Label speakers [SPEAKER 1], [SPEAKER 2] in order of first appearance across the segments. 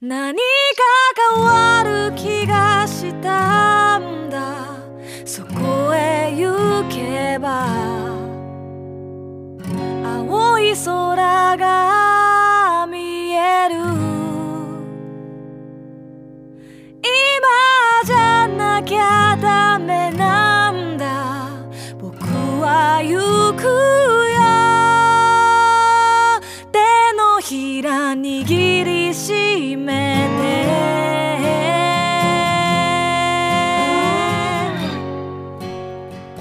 [SPEAKER 1] 何か変わる気がしたんだそこへ行けば青い空が見える今じゃなきゃダメなんだ僕は行くよ手のひら握りしめて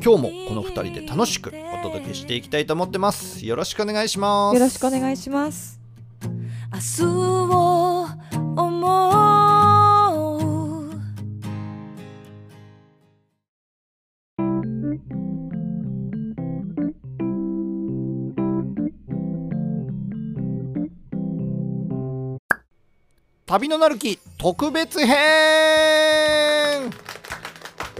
[SPEAKER 2] 今日もこの2人で楽しくお届けしていきたいと思ってますよろしくお願いします
[SPEAKER 3] よろしくお願いします。
[SPEAKER 1] 明日を思う
[SPEAKER 2] 旅のなる木特別編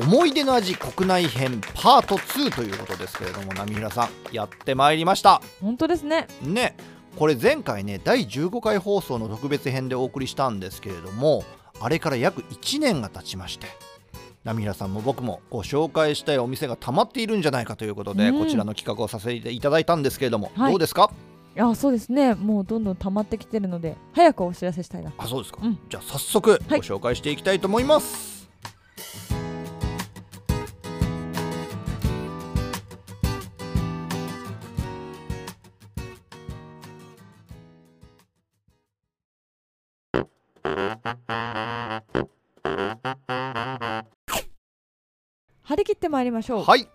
[SPEAKER 2] 思い出の味国内編パート2ということですけれども波平さんやってまいりました
[SPEAKER 3] 本当ですね。
[SPEAKER 2] ねこれ前回ね第15回放送の特別編でお送りしたんですけれどもあれから約1年が経ちまして波平さんも僕もご紹介したいお店がたまっているんじゃないかということで、
[SPEAKER 3] うん
[SPEAKER 2] こちらの企画をさせていただいたんですけれども、
[SPEAKER 3] はい
[SPEAKER 2] どうですか
[SPEAKER 3] あ、そうですね。もうどんどん溜まってきてるので、早くお知らせしたいな。
[SPEAKER 2] あそうですか、
[SPEAKER 3] うん
[SPEAKER 2] じゃあ早速ご
[SPEAKER 3] はい
[SPEAKER 2] 紹介していきたいと思います、
[SPEAKER 3] 張り切ってまいりましょう。
[SPEAKER 2] はい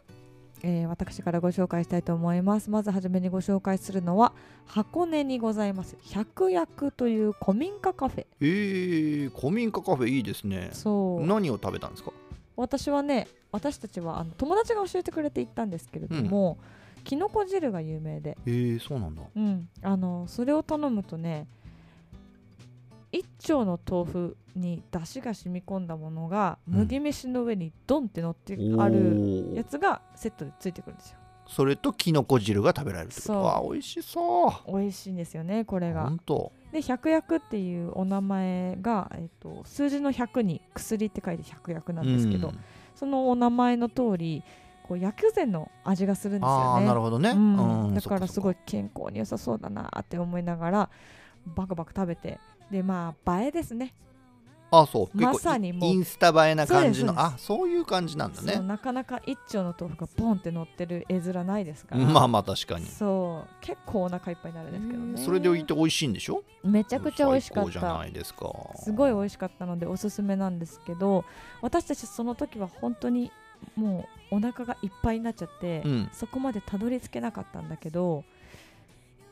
[SPEAKER 3] えー私からご紹介したいと思います。まずはじめにご紹介するのは箱根にございます百薬という古民家カフェ。
[SPEAKER 2] えー、古民家カフェいいですね
[SPEAKER 3] そう。
[SPEAKER 2] 何を食べたんですか
[SPEAKER 3] 私はね、私たちはあの友達が教えてくれて行ったんですけれども、きのこ汁が有名で。
[SPEAKER 2] えー、そうなんだ
[SPEAKER 3] うん、あのそれを頼むとね一丁の豆腐に出汁が染み込んだものが
[SPEAKER 2] うん
[SPEAKER 3] 麦飯の上にドンって乗って
[SPEAKER 2] お
[SPEAKER 3] あるや
[SPEAKER 2] ー
[SPEAKER 3] つがセットでついてくるんですよ
[SPEAKER 2] それときのこ汁が食べられるってこと
[SPEAKER 3] そう
[SPEAKER 2] わあ美味しそう
[SPEAKER 3] 美味しいんですよねこれが
[SPEAKER 2] 本当
[SPEAKER 3] で百薬っていうお名前が、えっと数字の100に薬って書いて百薬なんですけど、
[SPEAKER 2] うん
[SPEAKER 3] そのお名前の通りこう薬膳の味がするんです
[SPEAKER 2] あ
[SPEAKER 3] よ
[SPEAKER 2] あ
[SPEAKER 3] ね
[SPEAKER 2] なるほどね、
[SPEAKER 3] うん
[SPEAKER 2] うん
[SPEAKER 3] だからすご
[SPEAKER 2] い
[SPEAKER 3] い健康に良さそうだなーって思いながらバクバク食べてでまあ映えですね
[SPEAKER 2] あそう
[SPEAKER 3] まさに
[SPEAKER 2] 結構
[SPEAKER 3] もう
[SPEAKER 2] インスタ映えな感じの
[SPEAKER 3] そうですそ
[SPEAKER 2] あ
[SPEAKER 3] う
[SPEAKER 2] そういう感じなんだ
[SPEAKER 3] そう
[SPEAKER 2] ね
[SPEAKER 3] なかなか一丁の豆腐がボンって乗ってる絵面ないですから
[SPEAKER 2] まあまあ確かに
[SPEAKER 3] そう結構お腹いっぱいになるんですけどね
[SPEAKER 2] それでいて美味しいんでしょ
[SPEAKER 3] めちゃくちゃ美味しかっ
[SPEAKER 2] 最高じゃ
[SPEAKER 3] た
[SPEAKER 2] ないですか
[SPEAKER 3] すごい美味しかったのでおすすめなんですけど私たちその時は本当にもうお腹がいっぱいになっちゃって、
[SPEAKER 2] うん
[SPEAKER 3] そこまでたどり着けなかったんだけど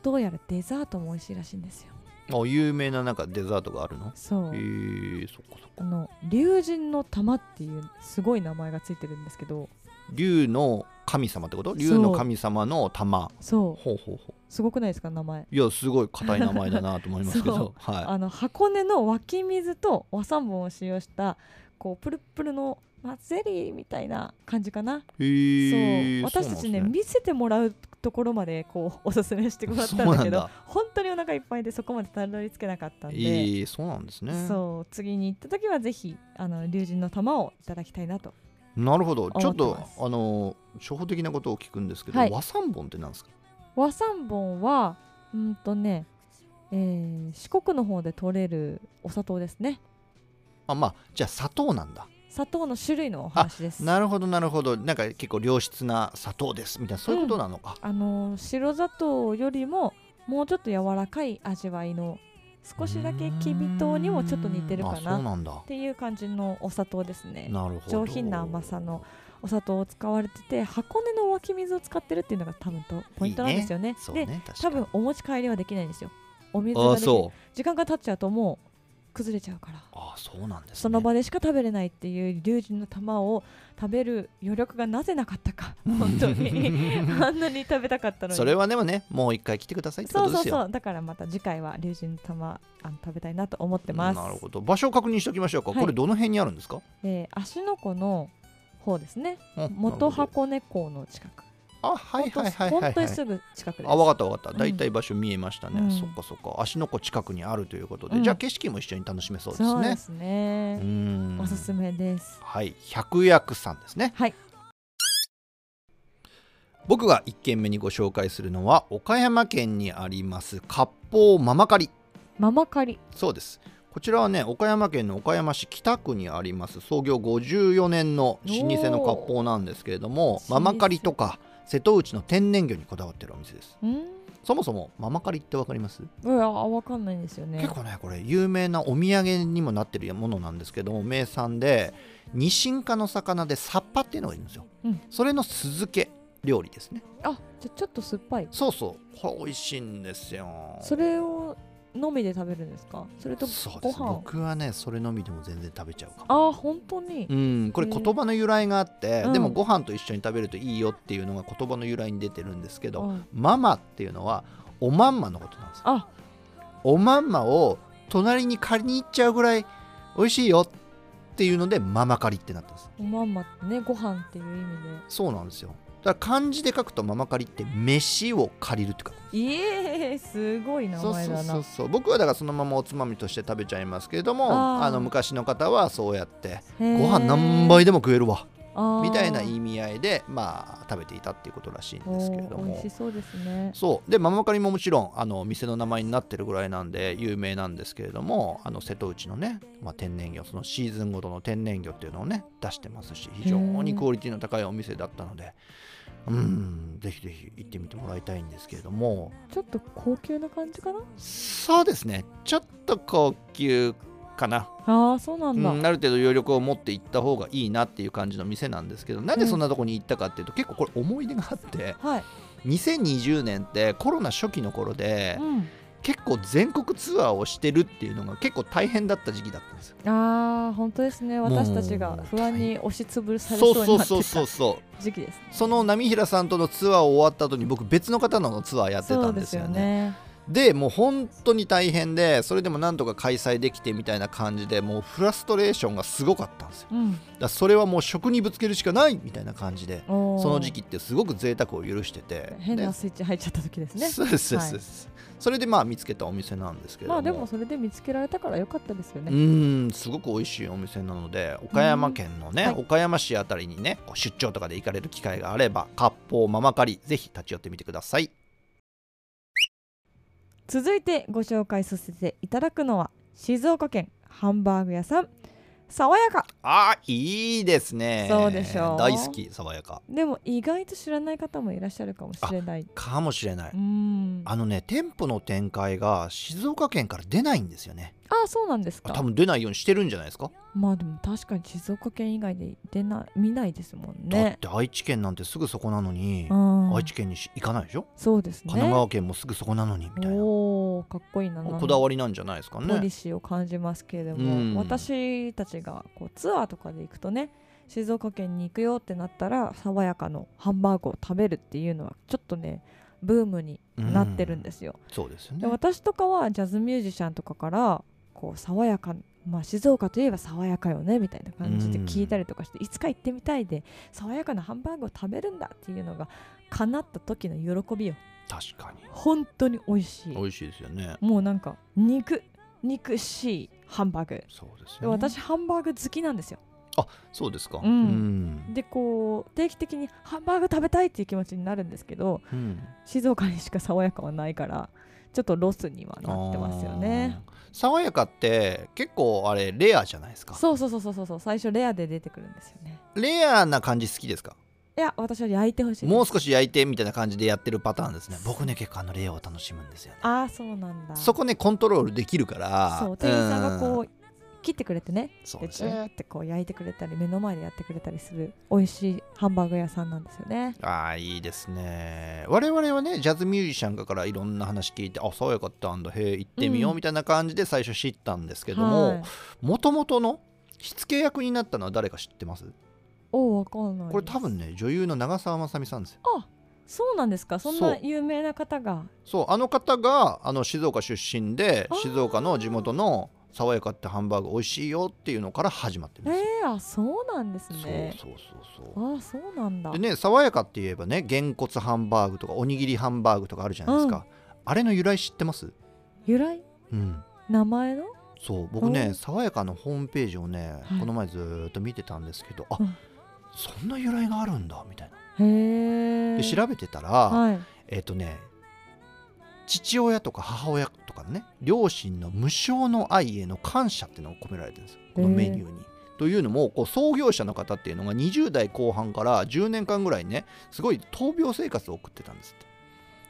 [SPEAKER 3] どうやらデザートも美味しいらしいんですよ
[SPEAKER 2] あ有名ななんかデザートがあるの
[SPEAKER 3] そう、
[SPEAKER 2] えー、そっかそっ
[SPEAKER 3] あ
[SPEAKER 2] か
[SPEAKER 3] の龍神の玉っていうすごい名前がついてるんですけど
[SPEAKER 2] 竜の神様ってこと
[SPEAKER 3] う
[SPEAKER 2] 竜の神様の玉
[SPEAKER 3] そう
[SPEAKER 2] ほうほうほ
[SPEAKER 3] すごくないですか名前
[SPEAKER 2] ういやすごい硬い名前だなと思いますけ
[SPEAKER 3] そう
[SPEAKER 2] どは
[SPEAKER 3] あの箱根の湧き水と和三盆を使用したこうプルップルの、まあ、ゼリーみたいな感じかな、
[SPEAKER 2] いへえ
[SPEAKER 3] そう私たちね見せてもらうところまでこうおすすめしてもらったん
[SPEAKER 2] そう
[SPEAKER 3] だ
[SPEAKER 2] な
[SPEAKER 3] け
[SPEAKER 2] ん
[SPEAKER 3] ど
[SPEAKER 2] だ
[SPEAKER 3] 本当にお腹いっぱいでそこまでたどり着けなかったん
[SPEAKER 2] え
[SPEAKER 3] で、
[SPEAKER 2] ー、そうなんですね
[SPEAKER 3] そう次に行った時はぜひあの龍神の玉をいただきたいなと
[SPEAKER 2] なるほど
[SPEAKER 3] 思
[SPEAKER 2] ちょっ
[SPEAKER 3] って
[SPEAKER 2] と
[SPEAKER 3] ます
[SPEAKER 2] あの初歩的なことを聞くんですけど、
[SPEAKER 3] はい
[SPEAKER 2] 和三盆ってなんですか
[SPEAKER 3] 和三盆はうんとね、えー四国の方で取れるお砂糖ですね
[SPEAKER 2] あまあじゃあ砂糖なんだ
[SPEAKER 3] 砂糖の種類のお話です
[SPEAKER 2] なるほどなるほどなんか結構良質な砂糖ですみたいなそういうことなのか、
[SPEAKER 3] あのー白砂糖よりももうちょっと柔らかい味わいの少しだけきび糖にもちょっと似てるか
[SPEAKER 2] あ
[SPEAKER 3] な
[SPEAKER 2] そう
[SPEAKER 3] っ
[SPEAKER 2] なんだ
[SPEAKER 3] ていう感じのお砂糖ですね
[SPEAKER 2] なるほど
[SPEAKER 3] 上品な甘さのお砂糖を使われてて箱根の湧き水を使ってるっていうのが多分とポイントなんですよね
[SPEAKER 2] そうね
[SPEAKER 3] で
[SPEAKER 2] 確か
[SPEAKER 3] 多
[SPEAKER 2] に
[SPEAKER 3] 分お持ち帰りはできないんですよお水
[SPEAKER 2] あ
[SPEAKER 3] が
[SPEAKER 2] あ
[SPEAKER 3] できる
[SPEAKER 2] そ
[SPEAKER 3] 時間が経っちゃうともう崩れちゃうから
[SPEAKER 2] ああそうなんですね
[SPEAKER 3] その場でしか食べれないっていう龍神の玉を食べる余力がなぜなかっ たか本当にあんなに食べたかったのに
[SPEAKER 2] それはでもねもう一回来てくださいってこ
[SPEAKER 3] そう
[SPEAKER 2] とで
[SPEAKER 3] そう
[SPEAKER 2] すよ
[SPEAKER 3] そうだからまた次回は龍神の玉あの食べたいなと思ってます
[SPEAKER 2] なるほど場所を確認しておきましょうか、
[SPEAKER 3] はい
[SPEAKER 2] これどの辺にあるんですか
[SPEAKER 3] えー芦ノ湖の方ですね
[SPEAKER 2] うん
[SPEAKER 3] 元
[SPEAKER 2] なるほ
[SPEAKER 3] 箱根港の近く
[SPEAKER 2] どあはいはいはいはい、は
[SPEAKER 3] 本当に
[SPEAKER 2] い
[SPEAKER 3] すぐ近くです
[SPEAKER 2] あ分かった分かっ
[SPEAKER 3] う
[SPEAKER 2] た
[SPEAKER 3] ん
[SPEAKER 2] 大体場所見えましたね、
[SPEAKER 3] うん
[SPEAKER 2] そっかそっか芦ノ湖近くにあるということで、
[SPEAKER 3] うん
[SPEAKER 2] じゃあ景色も一緒に楽しめそうです
[SPEAKER 3] そうで
[SPEAKER 2] ね
[SPEAKER 3] すね
[SPEAKER 2] うーん
[SPEAKER 3] おすすめです
[SPEAKER 2] はい百薬さんですね
[SPEAKER 3] はい
[SPEAKER 2] 僕が1軒目にご紹介するのは岡山県にあります割烹ママカリ
[SPEAKER 3] ママカリ
[SPEAKER 2] そうですこちらはね岡山県の岡山市北区にあります創業54年の老舗の割烹なんですけれど
[SPEAKER 3] 老
[SPEAKER 2] も
[SPEAKER 3] 舗
[SPEAKER 2] ママカリとか瀬戸内の天然魚にこだわってるお店です
[SPEAKER 3] うん
[SPEAKER 2] そもそもママカリってわかります、
[SPEAKER 3] うわわかんないんですよね
[SPEAKER 2] 結構ねこれ有名なお土産にもなってるものなんですけども名産でニシン科の魚でサッパっていうのがいるんですよ、
[SPEAKER 3] うん
[SPEAKER 2] それの酢漬け料理ですね
[SPEAKER 3] あじゃあちょっと酸っぱい
[SPEAKER 2] そうそうこれ美味しいんですよ
[SPEAKER 3] それをのみで食べるんですかそれと
[SPEAKER 2] そう
[SPEAKER 3] ご
[SPEAKER 2] です
[SPEAKER 3] 飯
[SPEAKER 2] 僕はねそれのみでも全然食べちゃうかも
[SPEAKER 3] あ本当に
[SPEAKER 2] うんこれ
[SPEAKER 3] へえ
[SPEAKER 2] 言葉の由来があって、
[SPEAKER 3] うん
[SPEAKER 2] でもご飯と一緒に食べるといいよっていうのが言葉の由来に出てるんですけど、
[SPEAKER 3] あ
[SPEAKER 2] ママっていうのはおまんまのことなんですよ
[SPEAKER 3] あ
[SPEAKER 2] おまんまを隣に借りに行っちゃうぐらい美味しいよっていうのでママ借りってなったんです
[SPEAKER 3] おまんまってねご飯っていう意味で
[SPEAKER 2] そうなんですよだから漢字で書くとママ借りって飯を借りるって書く
[SPEAKER 3] いえすごい名
[SPEAKER 2] そう
[SPEAKER 3] 前
[SPEAKER 2] そう
[SPEAKER 3] だ
[SPEAKER 2] そ
[SPEAKER 3] な
[SPEAKER 2] うそう僕はだからそのままおつまみとして食べちゃいますけれども
[SPEAKER 3] あー
[SPEAKER 2] あの昔の方はそうやって
[SPEAKER 3] ご
[SPEAKER 2] ご飯何倍でも食えるわみたいな
[SPEAKER 3] 味
[SPEAKER 2] 意味合いでまあ食べていたっていうことらしいんですけれど
[SPEAKER 3] 美味
[SPEAKER 2] も
[SPEAKER 3] しそうですね
[SPEAKER 2] そうでママカリももちろんあの店の名前になってるぐらいなんで有名なんですけれどもあの瀬戸内のね、まあ、天然魚そのシーズンごとの天然魚っていうのをね出してますし非常にクオリティの高いお店だったのでうんぜひぜひ行ってみてもらいたいんですけれども
[SPEAKER 3] ちょっと高級な感じかな
[SPEAKER 2] そうですねちょっと高級かな、
[SPEAKER 3] ああそうな
[SPEAKER 2] うんん、
[SPEAKER 3] だ、
[SPEAKER 2] ある程度余力を持って行った方がいいなっていう感じの店なんですけどなんでそんなとこに行ったかっていうと結構これ思い出があって
[SPEAKER 3] はい、
[SPEAKER 2] 2020年ってコロナ初期の頃で
[SPEAKER 3] うん、
[SPEAKER 2] 結構全国ツアーをしてるっていうのが結構大変だった時期だったんですよ。
[SPEAKER 3] ああ本当ですね私たちが不安に押しつぶされそう
[SPEAKER 2] そう
[SPEAKER 3] に
[SPEAKER 2] そう
[SPEAKER 3] なって
[SPEAKER 2] そうそう
[SPEAKER 3] た
[SPEAKER 2] そう
[SPEAKER 3] 時期ですね
[SPEAKER 2] その波平さんとのツアーを終わった後に僕別の方のツアーやってたんですよね。でもう本当に大変でそれでもなんとか開催できてみたいな感じでもうフラストレーションがすごかったんですよ
[SPEAKER 3] そうですよね、
[SPEAKER 2] だからそれはもう食にぶつけるしかないみたいな感じで
[SPEAKER 3] うん、おー
[SPEAKER 2] その時期ってすごく贅沢を許してて
[SPEAKER 3] 変な
[SPEAKER 2] で
[SPEAKER 3] スイッチ入っちゃった時ですね
[SPEAKER 2] そうですそうですそうです、それでまあ見つけたお店なんですけれど
[SPEAKER 3] ま
[SPEAKER 2] も
[SPEAKER 3] あでもそれで見つけられたから良かったですよ
[SPEAKER 2] う
[SPEAKER 3] ね、
[SPEAKER 2] ーんすごく美味しいお店なので岡山県のね、
[SPEAKER 3] うんはい
[SPEAKER 2] 岡山市あたりにねこう出張とかで行かれる機会があれば割烹ママカリぜひ立ち寄ってみてください
[SPEAKER 3] 続いてご紹介させていただくのは静岡県ハンバーグ屋さん爽やか
[SPEAKER 2] あーいいですね
[SPEAKER 3] そうでしょう
[SPEAKER 2] 大好き爽やか
[SPEAKER 3] でも意外と知らない方もいらっしゃるかもしれない
[SPEAKER 2] かもしれないう
[SPEAKER 3] ーんあ
[SPEAKER 2] あのね店舗の展開が静岡県から出ないんですよね
[SPEAKER 3] あそうなんです
[SPEAKER 2] あ
[SPEAKER 3] か
[SPEAKER 2] 多分出ないようにしてるんじゃないですか、
[SPEAKER 3] まあでも確かに静岡県以外で出ない見ないですもん
[SPEAKER 2] だっ
[SPEAKER 3] ね
[SPEAKER 2] て愛知県なんてすぐそこなのに、
[SPEAKER 3] うん
[SPEAKER 2] 愛知県にし行かないでしょ
[SPEAKER 3] そうですね
[SPEAKER 2] 神奈川県もすぐそこなのにみたいな
[SPEAKER 3] おおかっこいいな
[SPEAKER 2] こだわりなんじゃないですか
[SPEAKER 3] ポリ
[SPEAKER 2] ね
[SPEAKER 3] シーを感じますけれど
[SPEAKER 2] う
[SPEAKER 3] も、
[SPEAKER 2] ん
[SPEAKER 3] 私たちがこうツアーとかで行くとね静岡県に行くよってなったら爽やかのハンバーグを食べるっていうのはちょっとねブームになってるんですよ、
[SPEAKER 2] そうですよ
[SPEAKER 3] で
[SPEAKER 2] ね
[SPEAKER 3] 私とかはジャズミュージシャンとかからこう爽やかまあ、静岡といえば爽やかよねみたいな感じで聞いたりとかして、いつか行ってみたいで爽やかなハンバーグを食べるんだっていうのが叶った時の喜びよ
[SPEAKER 2] 確かに
[SPEAKER 3] 本当に美味しい
[SPEAKER 2] 美味しいですよね
[SPEAKER 3] もうなんか肉肉しいハンバーグ
[SPEAKER 2] そうです
[SPEAKER 3] で
[SPEAKER 2] よね
[SPEAKER 3] 私ハンバーグ好きなんですよ
[SPEAKER 2] そうですか
[SPEAKER 3] うん
[SPEAKER 2] ん
[SPEAKER 3] でこう定期的にハンバーグ食べたいっていう気持ちになるんですけど
[SPEAKER 2] うん
[SPEAKER 3] 静岡にしか爽やかはないからちょっとロスにはなってますよね
[SPEAKER 2] あー爽やかって結構あれレアじゃないですか
[SPEAKER 3] そうそうそうそうそうそう最初レアで出てくるんですよね
[SPEAKER 2] レアな感じ好きですか
[SPEAKER 3] いや私は焼いてほしいです
[SPEAKER 2] もう少し焼いてみたいな感じでやってるパターンですね僕ね結構あのレアを楽しむんですよね
[SPEAKER 3] ああそうなんだ
[SPEAKER 2] そこねコントロールできるから
[SPEAKER 3] そう店員さんがこう切ってくれてね
[SPEAKER 2] そう
[SPEAKER 3] で
[SPEAKER 2] です
[SPEAKER 3] ずー
[SPEAKER 2] ね。
[SPEAKER 3] ってこう焼いてくれたり目の前でやってくれたりする美味しいハンバーグ屋さんなんですよね。
[SPEAKER 2] ああ、いいですね。我々はね、ジャズミュージシャンからいろんな話聞いて、あ、爽やかってあんだ、へえ、行ってみよ
[SPEAKER 3] う
[SPEAKER 2] うんみたいな感じで最初知ったんですけども
[SPEAKER 3] はい、、
[SPEAKER 2] もともとの火付け役になったのは誰か知ってます
[SPEAKER 3] おおわかんないです。
[SPEAKER 2] これ多分ね、女優の長澤まさみさんですよ。
[SPEAKER 3] そうなんですかそん
[SPEAKER 2] そう
[SPEAKER 3] な有名な方が
[SPEAKER 2] そう、あの方があの静岡出身で
[SPEAKER 3] あ、ー
[SPEAKER 2] 静岡の地元の爽やかってハンバーグ美味しいよっていうのから始まってるん
[SPEAKER 3] え
[SPEAKER 2] ですよ。
[SPEAKER 3] ー、あそうなんですね。
[SPEAKER 2] そうそうそうそう。
[SPEAKER 3] ああそうなんだ。
[SPEAKER 2] でね爽やかって言えばねげんこつハンバーグとかおにぎりハンバーグとかあるじゃないですか、あれの由来知ってます
[SPEAKER 3] 由来
[SPEAKER 2] うん
[SPEAKER 3] 名前の
[SPEAKER 2] そう僕ね
[SPEAKER 3] お
[SPEAKER 2] 爽やかのホームページをね、
[SPEAKER 3] はい
[SPEAKER 2] この前ずーっと見てたんですけどあ、
[SPEAKER 3] うん
[SPEAKER 2] そんな由来があるんだみたい
[SPEAKER 3] へ
[SPEAKER 2] な
[SPEAKER 3] え。
[SPEAKER 2] で調べてたら、
[SPEAKER 3] はい。
[SPEAKER 2] えっ、とね父親とか母親とかね両親の無償の愛への感謝っていうのが込められてるんですよこのメニューに。というのもこう創業者の方っていうのが20代後半から10年間ぐらいねすごい闘病生活を送ってたんですって。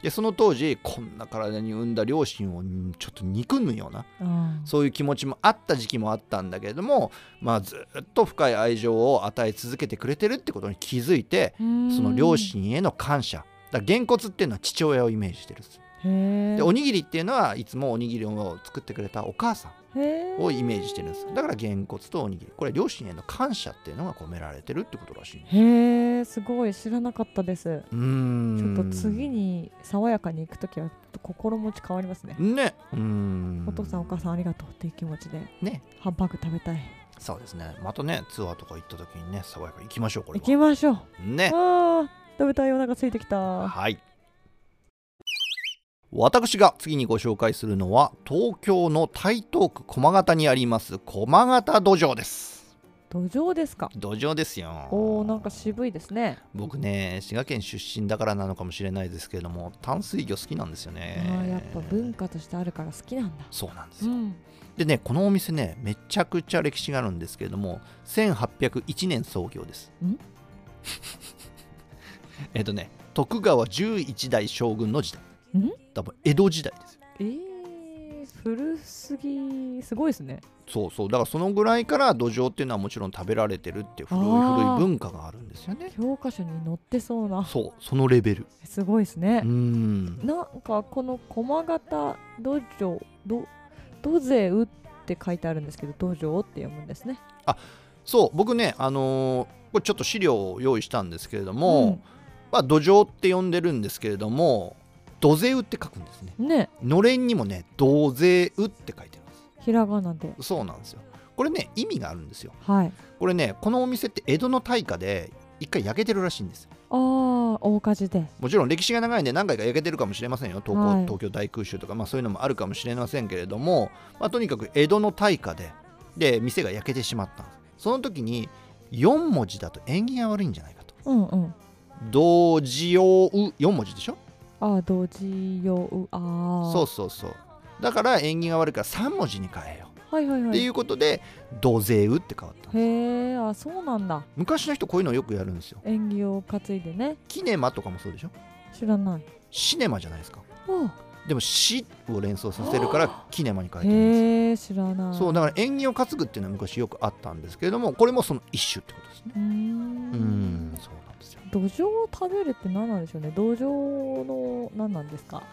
[SPEAKER 2] でその当時こんな体に産んだ両親をんちょっと憎むような
[SPEAKER 3] あー
[SPEAKER 2] そういう気持ちもあった時期もあったんだけれども、まあ、ずっと深い愛情を与え続けてくれてるってことに気づいて
[SPEAKER 3] うーん
[SPEAKER 2] その両親への感謝だからげんこつっていうのは父親をイメージしてるんです
[SPEAKER 3] へえ
[SPEAKER 2] でおにぎりっていうのはいつもおにぎりを作ってくれたお母さんを
[SPEAKER 3] を
[SPEAKER 2] イメージしてるんですだからげんこつとおにぎりこれ両親への感謝っていうのが込められてるってことらしいね
[SPEAKER 3] へえすごい知らなかったです
[SPEAKER 2] う
[SPEAKER 3] ち
[SPEAKER 2] ー
[SPEAKER 3] ょ
[SPEAKER 2] ん
[SPEAKER 3] っと次に爽やかに行くときはちょっと心持ち変わりますね
[SPEAKER 2] ねうーん
[SPEAKER 3] お父さんお母さんありがとうっていう気持ちで
[SPEAKER 2] ね
[SPEAKER 3] ハンバーグ食べたい
[SPEAKER 2] そうですねまたねツアーとか行った時にね爽やかに行きましょうこれ
[SPEAKER 3] 行
[SPEAKER 2] は
[SPEAKER 3] きましょう
[SPEAKER 2] ね
[SPEAKER 3] あー食べたいお腹空いてきた
[SPEAKER 2] はい私が次にご紹介するのは東京の台東区駒形にあります駒形土壌です
[SPEAKER 3] 土壌ですか
[SPEAKER 2] 土壌ですよ
[SPEAKER 3] おーなんか渋いですね、
[SPEAKER 2] 僕ね滋賀県出身だからなのかもしれないですけれども淡水魚好きなんですよ
[SPEAKER 3] あ
[SPEAKER 2] ね
[SPEAKER 3] ーやっぱ文化としてあるから好きなんだ
[SPEAKER 2] そうなんです
[SPEAKER 3] う
[SPEAKER 2] よ、
[SPEAKER 3] ん
[SPEAKER 2] でねこのお店ねめちゃくちゃ歴史があるんですけれども1801年創業です
[SPEAKER 3] ん
[SPEAKER 2] えっとね徳川11代将軍の時代
[SPEAKER 3] ん
[SPEAKER 2] 多分江戸時代ですよ
[SPEAKER 3] えー、古すぎすごいですね
[SPEAKER 2] そうそうだからそのぐらいから土壌っていうのはもちろん食べられてるっていう古い
[SPEAKER 3] あー
[SPEAKER 2] 古い文化があるんですよね
[SPEAKER 3] 教科書に載ってそうな
[SPEAKER 2] そうそのレベル
[SPEAKER 3] すごいですね
[SPEAKER 2] うーん
[SPEAKER 3] なんかこの駒形土壌ど土勢うって書いてあるんですけど土壌って読むんですね。
[SPEAKER 2] そう僕ねあのーこれちょっと資料を用意したんですけれども、まあ土壌って呼んでるんですけれども土勢うって書くんですね
[SPEAKER 3] うん、ね
[SPEAKER 2] のれんにもね土勢うって書いてるんで
[SPEAKER 3] ひらがなです
[SPEAKER 2] そうなんですよこれね意味があるんですよ
[SPEAKER 3] はい。
[SPEAKER 2] これねこのお店って江戸の大火で一回焼けてるらしいんですよ
[SPEAKER 3] ああ大火事で。
[SPEAKER 2] もちろん歴史が長いんで何回か焼けてるかもしれませんよ東,、
[SPEAKER 3] はい
[SPEAKER 2] 東京大空襲とか、まあ、そういうのもあるかもしれませんけれども、まあ、とにかく江戸の大火でで店が焼けてしまったんですその時に4文字だと縁起が悪いんじゃないかと
[SPEAKER 3] うんうん。
[SPEAKER 2] 「同時用う」4文字でしょ
[SPEAKER 3] ああ同時用うああ。
[SPEAKER 2] そうそうそうだから縁起が悪いから3文字に変えよう
[SPEAKER 3] はいはいは
[SPEAKER 2] っ
[SPEAKER 3] い。
[SPEAKER 2] ていうことで「土勢う」って変わったんです
[SPEAKER 3] へえあそうなんだ
[SPEAKER 2] 昔の人こういうのよくやるんですよ
[SPEAKER 3] 縁起を担いでね
[SPEAKER 2] キネマとかもそうでしょ
[SPEAKER 3] 知らない。
[SPEAKER 2] シネマじゃないですか
[SPEAKER 3] お
[SPEAKER 2] でも「死」を連想させるからキネマに変えてるんですよ
[SPEAKER 3] へえ知らない。
[SPEAKER 2] そう
[SPEAKER 3] う
[SPEAKER 2] だから縁起を担ぐっていうのは昔よくあったんですけれどもこれもその一種ってことですね
[SPEAKER 3] ーん
[SPEAKER 2] うんそうなんですよ
[SPEAKER 3] 土壌を食べるって何なんでしょうね土壌の何なんですか。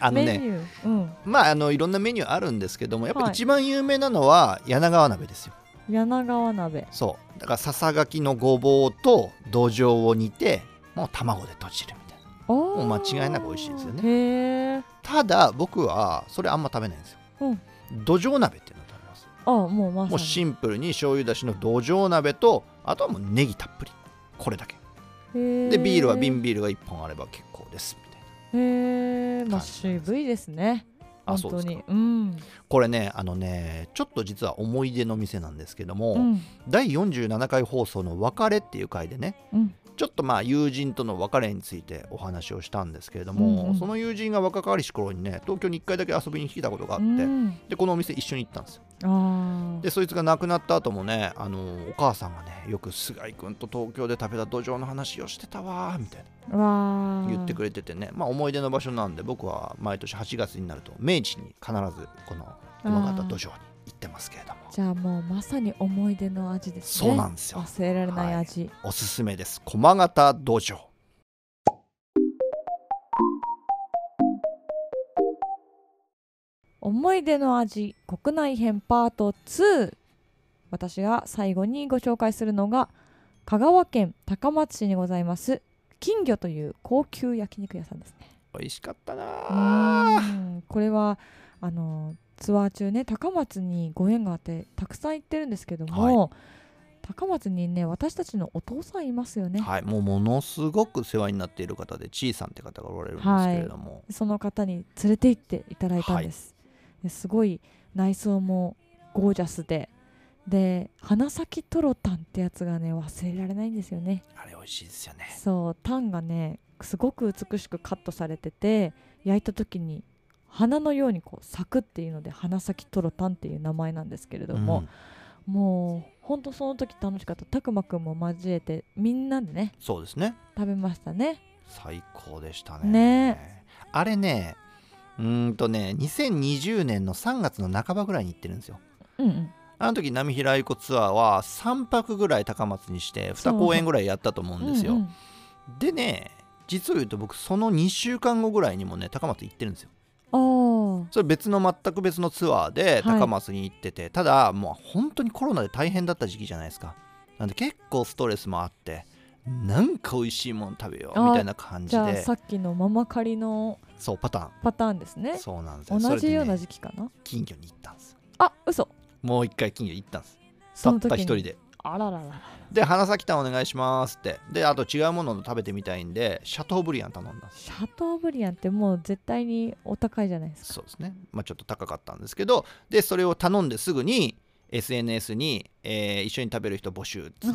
[SPEAKER 2] あの
[SPEAKER 3] メニ
[SPEAKER 2] ね
[SPEAKER 3] ューうん。
[SPEAKER 2] まああのいろんなメニューあるんですけどもやっぱ
[SPEAKER 3] は
[SPEAKER 2] り
[SPEAKER 3] い
[SPEAKER 2] 一番有名なのは柳川鍋ですよ
[SPEAKER 3] 柳川鍋
[SPEAKER 2] そうだからささがきのごぼうと土壌を煮てもう卵でとじるみたいな
[SPEAKER 3] も
[SPEAKER 2] う間違いなく美味しいですよね
[SPEAKER 3] へえ
[SPEAKER 2] ただ僕はそれあんま食べないんですよ、土壌鍋っていうのを食べます
[SPEAKER 3] あもうまさに
[SPEAKER 2] もうシンプルに醤油だしの土壌鍋とあとはもうネギたっぷりこれだけで
[SPEAKER 3] で
[SPEAKER 2] ビールは瓶ビールが1本あれば結構ですみたいな
[SPEAKER 3] へえまあ
[SPEAKER 2] 感じなんです
[SPEAKER 3] 渋いですね
[SPEAKER 2] あ
[SPEAKER 3] 本
[SPEAKER 2] そうで
[SPEAKER 3] 当
[SPEAKER 2] すか
[SPEAKER 3] にうん
[SPEAKER 2] これねあのねちょっと実は思い出の店なんですけども、
[SPEAKER 3] うん
[SPEAKER 2] 第47回放送の「別れ」っていう回でね
[SPEAKER 3] うん
[SPEAKER 2] ちょっとまあ友人との別れについてお話をしたんですけれども、
[SPEAKER 3] うんうん
[SPEAKER 2] その友人が若かりし頃にね東京に1回だけ遊びに来たことがあ
[SPEAKER 3] あ
[SPEAKER 2] って、でこのお店一緒に行ったんですよ
[SPEAKER 3] あ
[SPEAKER 2] でそいつが亡くなった後もねあのお母さんがねよく菅井君と東京で食べた土壌の話をしてたわーみたい
[SPEAKER 3] あわ
[SPEAKER 2] な
[SPEAKER 3] あ
[SPEAKER 2] 言ってくれててね、まあ思い出の場所なんで僕は毎年8月になると明治に必ずこの山形土壌に行ってますけれども
[SPEAKER 3] じゃあもうまさに思い出の味ですね
[SPEAKER 2] そうなんですよ
[SPEAKER 3] 忘れられない味、
[SPEAKER 2] おすすめです駒形道場
[SPEAKER 3] 思い出の味国内編パート2私が最後にご紹介するのが香川県高松市にございます金魚という高級焼肉屋さんですね
[SPEAKER 2] 美味しかった
[SPEAKER 3] う
[SPEAKER 2] なあ
[SPEAKER 3] ーんこれはあのツアー中ね高松にご縁があってたくさん行ってるんですけども、高松にね私たちのお父さんいますよね、
[SPEAKER 2] はいもうものすごく世話になっている方でちいさんって方がおられるんですけれども、
[SPEAKER 3] その方に連れて行っていただいたんです、ですごい内装もゴージャスでで花咲トロタンってやつがね忘れられないんですよね
[SPEAKER 2] あれ美味しいですよね
[SPEAKER 3] そうタンがねすごく美しくカットされてて焼いた時に花のようにこう咲くっていうので花咲トロタンっていう名前なんですけれども
[SPEAKER 2] ん、、
[SPEAKER 3] もうほんとその時楽しかったたくまくんも交えてみんなでね
[SPEAKER 2] そうですね
[SPEAKER 3] 食べましたね
[SPEAKER 2] 最高でしたね
[SPEAKER 3] ね
[SPEAKER 2] あれねうーんとね2020年の3月の半ばぐらいに行ってるんですよ
[SPEAKER 3] うんうん
[SPEAKER 2] あの時波平愛子ツアーは3泊ぐらい高松にして
[SPEAKER 3] そう
[SPEAKER 2] 2公演ぐらいやったと思うんですよ、
[SPEAKER 3] うんうん
[SPEAKER 2] でね実を言うと僕その2週間後ぐらいにもね高松行ってるんですよ
[SPEAKER 3] ああ
[SPEAKER 2] それ別の全く別のツアーで
[SPEAKER 3] はい
[SPEAKER 2] 高松に行ってて、ただもう本当にコロナで大変だった時期じゃないですかなんで結構ストレスもあってなんか美味しいもの食べようみたいな感
[SPEAKER 3] じ
[SPEAKER 2] じ
[SPEAKER 3] ゃあ
[SPEAKER 2] で
[SPEAKER 3] さっきのママ借りの
[SPEAKER 2] そうパタ
[SPEAKER 3] パターンです
[SPEAKER 2] ーン
[SPEAKER 3] ね
[SPEAKER 2] そうなんですよ
[SPEAKER 3] 同じような
[SPEAKER 2] それでね
[SPEAKER 3] 時期かな、
[SPEAKER 2] 金魚に行ったんです
[SPEAKER 3] あ嘘
[SPEAKER 2] もう一回金魚行ったんですた
[SPEAKER 3] そ
[SPEAKER 2] っ
[SPEAKER 3] の時
[SPEAKER 2] た
[SPEAKER 3] に
[SPEAKER 2] 一人で
[SPEAKER 3] あららら
[SPEAKER 2] で花咲タンお願いしますってであと違うものを食べてみたいんでシャトーブリアン頼んだんです
[SPEAKER 3] シャトーブリアンってもう絶対にお高いじゃないですか
[SPEAKER 2] そうですねまあちょっと高かったんですけどでそれを頼んですぐに SNS に、えー一緒に食べる人募集っつって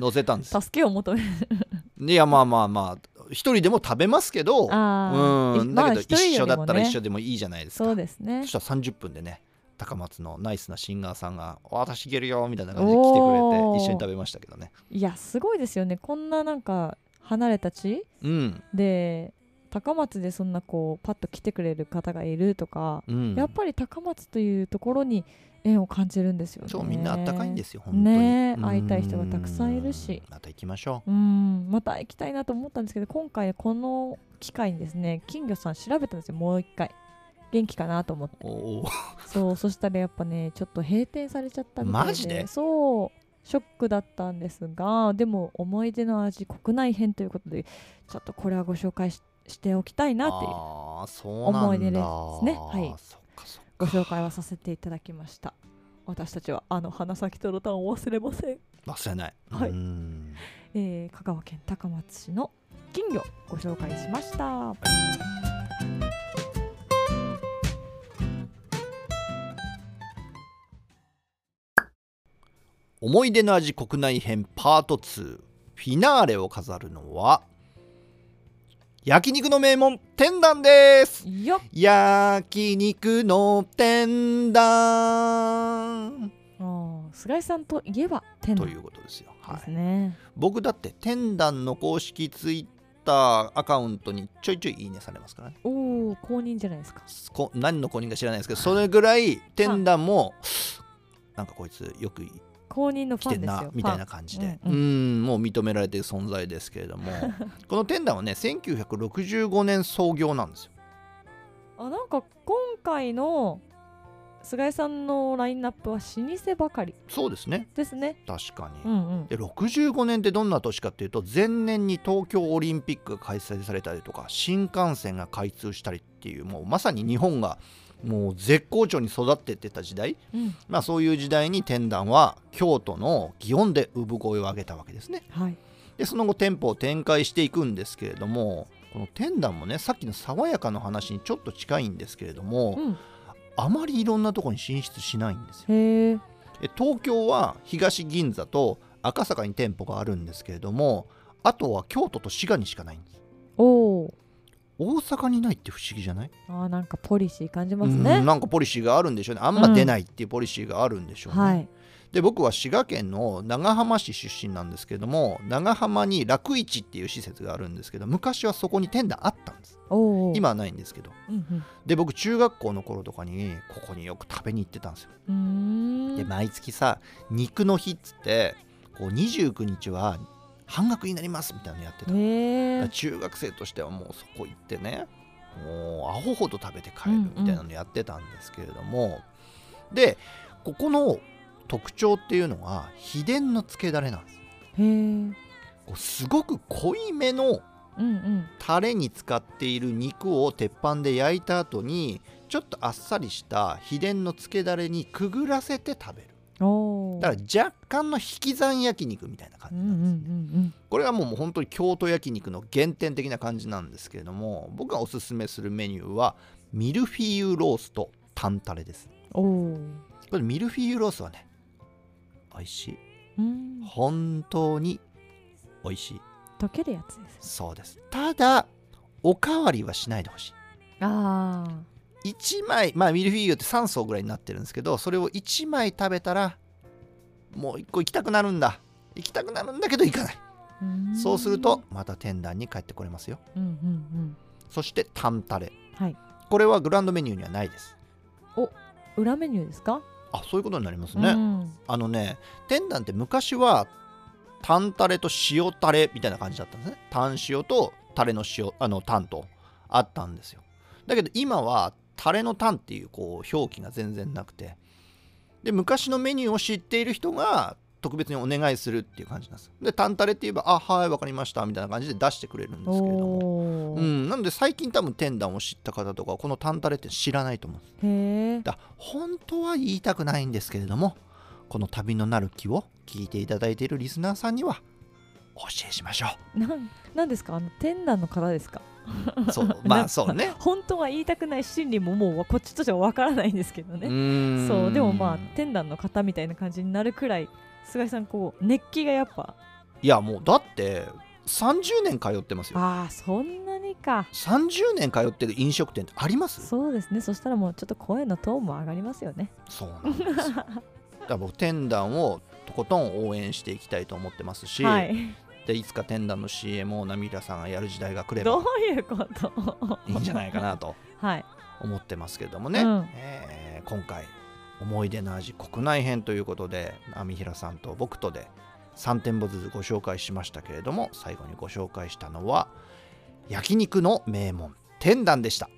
[SPEAKER 2] 載せたんですよ
[SPEAKER 3] 助けを求める
[SPEAKER 2] いやまあまあまあ一人でも食べますけど
[SPEAKER 3] あー
[SPEAKER 2] うんだけど
[SPEAKER 3] 一人
[SPEAKER 2] 一緒
[SPEAKER 3] よりもね
[SPEAKER 2] だったら一緒でもいいじゃないですか
[SPEAKER 3] そうですね
[SPEAKER 2] そしたら30分でね高松のナイスなシンガーさんが「私いけるよ」みたいな感じで来てくれ
[SPEAKER 3] おー
[SPEAKER 2] て一緒に食べましたけどね
[SPEAKER 3] いやすごいですよねこんななんか離れた地
[SPEAKER 2] うん
[SPEAKER 3] で高松でそんなこうパッと来てくれる方がいるとか、
[SPEAKER 2] うん
[SPEAKER 3] やっぱり高松というところに縁を感じるんですよね
[SPEAKER 2] そうみんなあったかいんですよ本当に
[SPEAKER 3] ね
[SPEAKER 2] うん
[SPEAKER 3] 会いたい人がたくさんいるし
[SPEAKER 2] また行きましょ
[SPEAKER 3] うんまた行きたいなと思ったんですけど今回この機会にですね金魚さん調べたんですよもう一回元気かなと思って
[SPEAKER 2] うおー
[SPEAKER 3] そうそしたらやっぱねちょっと閉店されちゃったみたいで
[SPEAKER 2] マジで
[SPEAKER 3] そうショックだったんですがでも思い出の味国内編ということでちょっとこれはご紹介ししておきたいなっていう
[SPEAKER 2] ああそうなんだ
[SPEAKER 3] 思い出ですねはい
[SPEAKER 2] そっかそっ
[SPEAKER 3] ご紹介はさせていただきました私たちはあの花咲とロタンを忘れません、
[SPEAKER 2] か忘れない
[SPEAKER 3] はい
[SPEAKER 2] うん
[SPEAKER 3] えー香川県高松市の金魚ご紹介しました
[SPEAKER 2] 思い出の味国内編パート2フィナーレを飾るのは焼肉の名門天壇です
[SPEAKER 3] よっ
[SPEAKER 2] 焼肉の天壇
[SPEAKER 3] もう菅井さんといえば天
[SPEAKER 2] と
[SPEAKER 3] ので
[SPEAKER 2] いうことですよ、はい
[SPEAKER 3] す、ね、
[SPEAKER 2] 僕だって天壇の公式ツイッターアカウントにちょいちょいいいねされますからね
[SPEAKER 3] おお公認じゃないですか
[SPEAKER 2] こ何の公認か知らないですけどそれぐらい天壇もなんかこいつよく
[SPEAKER 3] 公認のフ
[SPEAKER 2] 来
[SPEAKER 3] ァ
[SPEAKER 2] て
[SPEAKER 3] ン
[SPEAKER 2] ん
[SPEAKER 3] です
[SPEAKER 2] な
[SPEAKER 3] よ
[SPEAKER 2] みたいな
[SPEAKER 3] フ
[SPEAKER 2] 感じで
[SPEAKER 3] う
[SPEAKER 2] うんん
[SPEAKER 3] うん
[SPEAKER 2] もう認められている存在ですけれど もこの天壇はね1965年創業なんですよ
[SPEAKER 3] ァンあなんか今回の菅井さんのラインナップは老舗ばかり
[SPEAKER 2] そうですね
[SPEAKER 3] ですね
[SPEAKER 2] 確か
[SPEAKER 3] う
[SPEAKER 2] に、
[SPEAKER 3] んうん
[SPEAKER 2] で65年ってどんな年かっていうと前年に東京オリンピックが開催されたりとか新幹線が開通したりっていうもうまさに日本がもう絶好調に育ってってた時代
[SPEAKER 3] うん
[SPEAKER 2] まあ、そういう時代に天壇は京都の祇園で産声を上げたわけですね
[SPEAKER 3] はい
[SPEAKER 2] でその後店舗を展開していくんですけれどもこの天壇もねさっきの爽やかの話にちょっと近いんですけれども
[SPEAKER 3] うん
[SPEAKER 2] あまりいろんなとこに進出しないんですよ
[SPEAKER 3] へえ
[SPEAKER 2] え東京は東銀座と赤坂に店舗があるんですけれどもあとは京都と滋賀にしかないんです
[SPEAKER 3] おお
[SPEAKER 2] 大阪にないって不思議じゃない
[SPEAKER 3] あーなんかポリシー感じます
[SPEAKER 2] うん
[SPEAKER 3] ね
[SPEAKER 2] なんかポリシーがあるんでしょうねあんま出ないっていうポリシーがあるんでしょうね、
[SPEAKER 3] はい
[SPEAKER 2] で僕は滋賀県の長浜市出身なんですけども長浜に楽市っていう施設があるんですけど昔はそこに店団あったんです
[SPEAKER 3] おお、
[SPEAKER 2] 今はないんですけど
[SPEAKER 3] うん
[SPEAKER 2] で僕中学校の頃とかにここによく食べに行ってたんですよ
[SPEAKER 3] うん、うーん
[SPEAKER 2] で毎月さ肉の日っつってこう29日は半額になりますみたいなのやってたの、
[SPEAKER 3] へ
[SPEAKER 2] だから
[SPEAKER 3] え
[SPEAKER 2] 中学生としてはもうそこ行ってねもうアホほど食べて帰るみたいなのやってたんですけれども、でここの特徴っていうのが秘伝のつけだれなんです
[SPEAKER 3] へえうん
[SPEAKER 2] こうすごく濃いめの
[SPEAKER 3] うん
[SPEAKER 2] タレに使っている肉を鉄板で焼いた後にちょっとあっさりした秘伝のつけだれにくぐらせて食べる
[SPEAKER 3] おお
[SPEAKER 2] だから若干の引き算焼肉みたいな感
[SPEAKER 3] う
[SPEAKER 2] じ
[SPEAKER 3] んう
[SPEAKER 2] なん
[SPEAKER 3] ん
[SPEAKER 2] ですね、
[SPEAKER 3] うん
[SPEAKER 2] これはもうもう本当に京都焼肉の原点的な感じなんですけれども僕がおすすめするメニューはミルフィーユロースとタンタレです
[SPEAKER 3] おお
[SPEAKER 2] これミルフィーユロースはね美味しい
[SPEAKER 3] うん
[SPEAKER 2] 本当に美味しい
[SPEAKER 3] 溶けるやつです
[SPEAKER 2] そうですただおかわりはしないでほしい
[SPEAKER 3] ああ
[SPEAKER 2] 1枚まあミルフィーユって3層ぐらいになってるんですけどそれを1枚食べたらもう1個行きたくなるんだ行きたくなるんだけど行かないそうするとまた天壇に帰ってこれますよ
[SPEAKER 3] うんうん
[SPEAKER 2] そしてタンタレ
[SPEAKER 3] うんはい
[SPEAKER 2] これはグランドメニューにはないです
[SPEAKER 3] 裏メニューですか
[SPEAKER 2] あそういうことになりますね、
[SPEAKER 3] うん
[SPEAKER 2] あのね天壇って昔はタンタレと塩タレみたいな感じだったんですねタン塩とタレの塩あのタンとあったんですよだけど今はタレのタンっていうこう表記が全然なくてで昔のメニューを知っている人が特別にお願いするっていう感じなんですでタンタレって言えばあはいわかりましたみたいな感じで出してくれるんですけれども
[SPEAKER 3] お
[SPEAKER 2] う
[SPEAKER 3] ー
[SPEAKER 2] ん、なので最近多分天壇を知った方とかこのタンタレって知らないと思うんです
[SPEAKER 3] へえ
[SPEAKER 2] だ本当は言いたくないんですけれどもこの旅のなる木を聞いていただいているリスナーさんにはお教えしましょ
[SPEAKER 3] なんなんですかあの天壇の方ですか
[SPEAKER 2] うそうまあそうね
[SPEAKER 3] 本当は言いたくない心理ももうこっちとしてはわからないんですけどね
[SPEAKER 2] ーん
[SPEAKER 3] そうでもまあ天壇の方みたいな感じになるくらい菅井さんこう熱気がやっぱ
[SPEAKER 2] いやもうだって30年通ってますよ
[SPEAKER 3] ああそんなにか
[SPEAKER 2] 30年通ってる飲食店ってあります
[SPEAKER 3] そうですねそしたらもうちょっと声のトーンも上がりますよね
[SPEAKER 2] そうなん ですよだから僕天壇をとことん応援していきたいと思ってますし、
[SPEAKER 3] はい
[SPEAKER 2] でいつか天壇の CM を涙さんがやる時代が来れば
[SPEAKER 3] どういうこと
[SPEAKER 2] いいんじゃないかなと
[SPEAKER 3] はい
[SPEAKER 2] 思ってますけれどもね、
[SPEAKER 3] うん
[SPEAKER 2] えー今回思い出の味国内編ということで網平さんと僕とで3店舗ずつご紹介しましたけれども最後にご紹介したのは焼肉の名門天壇でした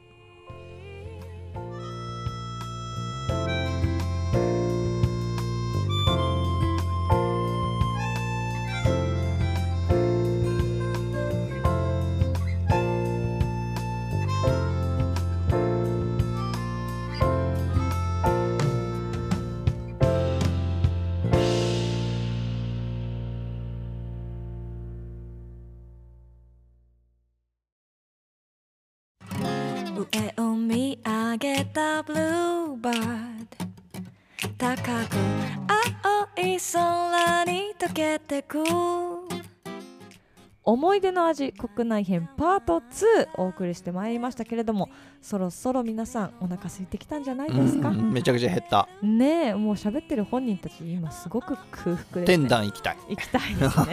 [SPEAKER 1] 上を見上げたブルーバード高く青い空に溶けてく
[SPEAKER 3] 思い出の味国内編パート2お送りしてまいりましたけれどもそろそろ皆さんお腹空いてきたんじゃないですか
[SPEAKER 2] うんめちゃくちゃ減った
[SPEAKER 3] ねえもう喋ってる本人たち今すごく空腹です、
[SPEAKER 2] 天
[SPEAKER 3] ね、
[SPEAKER 2] 壇行きたい
[SPEAKER 3] 行きたい ですね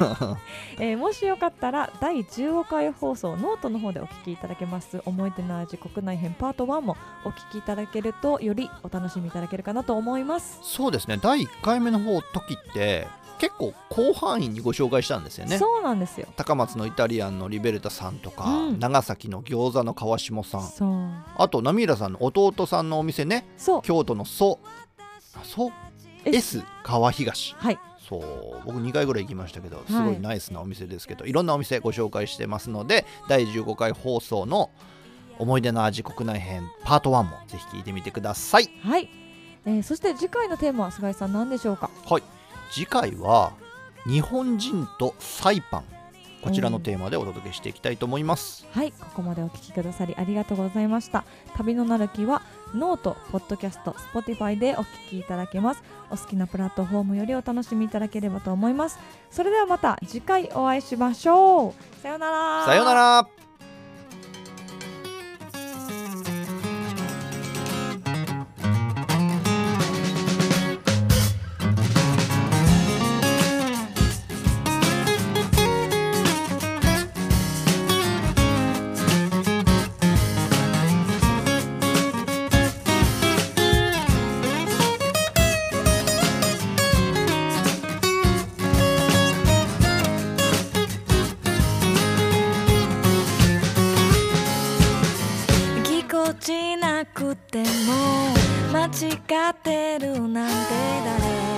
[SPEAKER 3] えーもしよかったら第15回放送ノートの方でお聞きいただけます思い出の味国内編パート1もお聞きいただけるとよりお楽しみいただけるかなと思います、
[SPEAKER 2] そうですね第1回目の方時って結構広範囲にご紹介したんですよね
[SPEAKER 3] そうなんですよ
[SPEAKER 2] 高松のイタリアンのリベルタさんとか、
[SPEAKER 3] うん
[SPEAKER 2] 長崎の餃子の川下さん
[SPEAKER 3] そう
[SPEAKER 2] あと浪浦さんの弟さんのお店ね
[SPEAKER 3] そう
[SPEAKER 2] 京都の蘇あ蘇 S 川東
[SPEAKER 3] はい
[SPEAKER 2] そう僕2回ぐらい行きましたけど
[SPEAKER 3] い
[SPEAKER 2] すごいナイスなお店ですけど、い、ろんなお店ご紹介してますので第15回放送の「思い出の味国内編パート1」もぜひ聞いてみてください
[SPEAKER 3] はい、えーそして次回のテーマは菅井さん何でしょうか
[SPEAKER 2] 次回は「日本人とサイパン」こちらのテーマでお届けしていきたいと思います
[SPEAKER 3] はいここまでお聞きくださりありがとうございました旅のなるきはノートポッドキャスト Spotify でお聞きいただけますお好きなプラットフォームよりお楽しみいただければと思いますそれではまた次回お会いしましょうさようなら
[SPEAKER 2] さようなら
[SPEAKER 1] 「でも間違ってるなんて誰